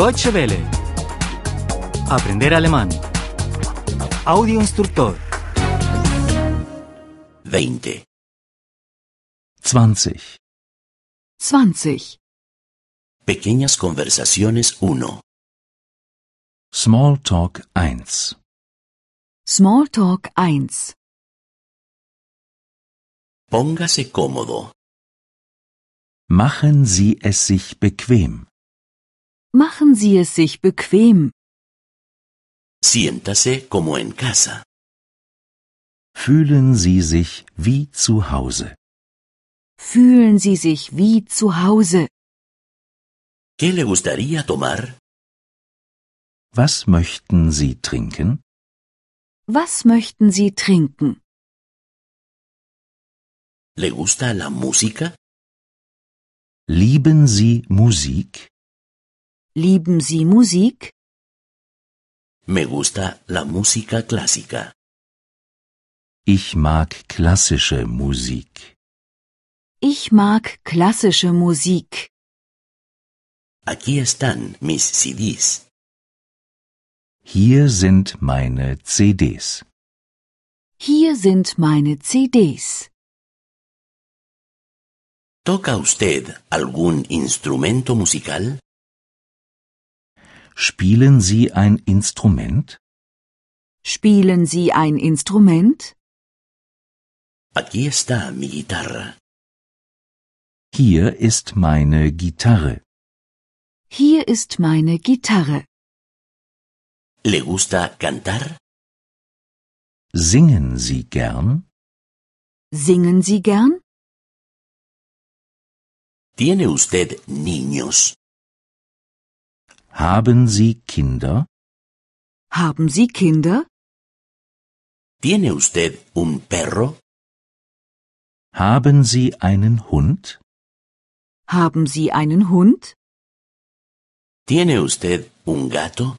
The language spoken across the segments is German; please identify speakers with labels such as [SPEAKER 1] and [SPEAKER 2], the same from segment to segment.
[SPEAKER 1] Deutsche Welle. Aprender alemán. Audio instructor.
[SPEAKER 2] 20.
[SPEAKER 3] 20.
[SPEAKER 4] 20.
[SPEAKER 2] Pequeñas conversaciones 1.
[SPEAKER 3] Smalltalk 1.
[SPEAKER 4] Smalltalk 1.
[SPEAKER 2] Póngase cómodo.
[SPEAKER 3] Machen Sie es sich bequem.
[SPEAKER 4] Machen Sie es sich bequem.
[SPEAKER 2] Siéntase como en casa.
[SPEAKER 3] Fühlen Sie sich wie zu Hause.
[SPEAKER 4] Fühlen Sie sich wie zu Hause.
[SPEAKER 2] ¿Qué le gustaría tomar?
[SPEAKER 3] Was möchten Sie trinken?
[SPEAKER 4] Was möchten Sie trinken?
[SPEAKER 2] ¿Le gusta la música?
[SPEAKER 3] Lieben Sie Musik?
[SPEAKER 4] Lieben Sie Musik?
[SPEAKER 2] Me gusta la música clásica.
[SPEAKER 3] Ich mag klassische Musik.
[SPEAKER 4] Ich mag klassische Musik.
[SPEAKER 2] Aquí están mis CDs.
[SPEAKER 3] Hier sind meine CDs.
[SPEAKER 4] Hier sind meine CDs.
[SPEAKER 2] ¿Toca usted algún instrumento musical?
[SPEAKER 3] Spielen Sie ein Instrument?
[SPEAKER 4] Spielen Sie ein Instrument?
[SPEAKER 2] Aquí está mi guitarra.
[SPEAKER 3] Hier ist meine Gitarre.
[SPEAKER 4] Hier ist meine Gitarre.
[SPEAKER 2] ¿Le gusta cantar?
[SPEAKER 3] Singen Sie gern?
[SPEAKER 4] Singen Sie gern?
[SPEAKER 2] ¿Tiene usted niños?
[SPEAKER 3] Haben Sie Kinder?
[SPEAKER 4] Haben Sie Kinder?
[SPEAKER 2] ¿Tiene usted un perro?
[SPEAKER 3] Haben Sie einen Hund?
[SPEAKER 4] Haben Sie einen Hund?
[SPEAKER 2] ¿Tiene usted un gato?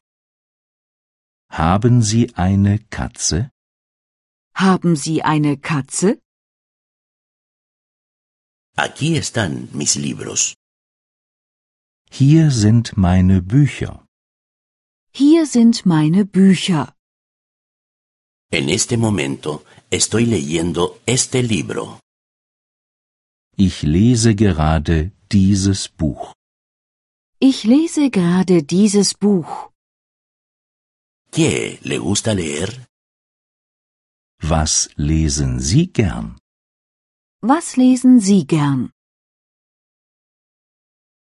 [SPEAKER 3] Haben Sie eine Katze?
[SPEAKER 4] Haben Sie eine Katze?
[SPEAKER 2] Aquí están mis libros.
[SPEAKER 3] Hier sind meine Bücher.
[SPEAKER 4] Hier sind meine Bücher.
[SPEAKER 2] En este momento estoy leyendo este libro.
[SPEAKER 3] Ich lese gerade dieses Buch.
[SPEAKER 4] Ich lese gerade dieses Buch.
[SPEAKER 2] ¿Qué le gusta leer?
[SPEAKER 3] Was lesen Sie gern?
[SPEAKER 4] Was lesen Sie gern?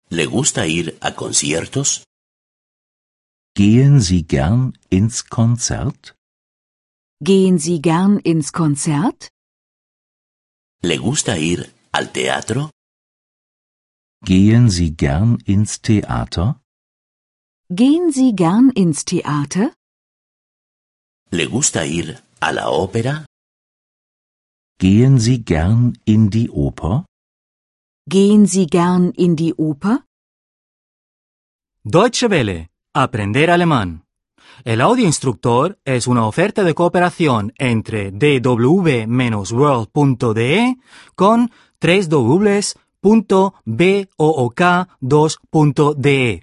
[SPEAKER 2] ¿Le gusta ir a conciertos?
[SPEAKER 3] Gehen Sie gern ins Konzert?
[SPEAKER 4] Gehen Sie gern ins Konzert?
[SPEAKER 2] ¿Le gusta ir al teatro?
[SPEAKER 3] Gehen Sie gern ins Theater?
[SPEAKER 4] Gehen Sie gern ins Theater?
[SPEAKER 2] ¿Le gusta ir a la ópera?
[SPEAKER 3] Gehen Sie gern in die Oper?
[SPEAKER 4] Gehen Sie gern in die Oper?
[SPEAKER 1] Deutsche Welle. Aprender alemán. El audio instructor es una oferta de cooperación entre dw-world.de con 3 2de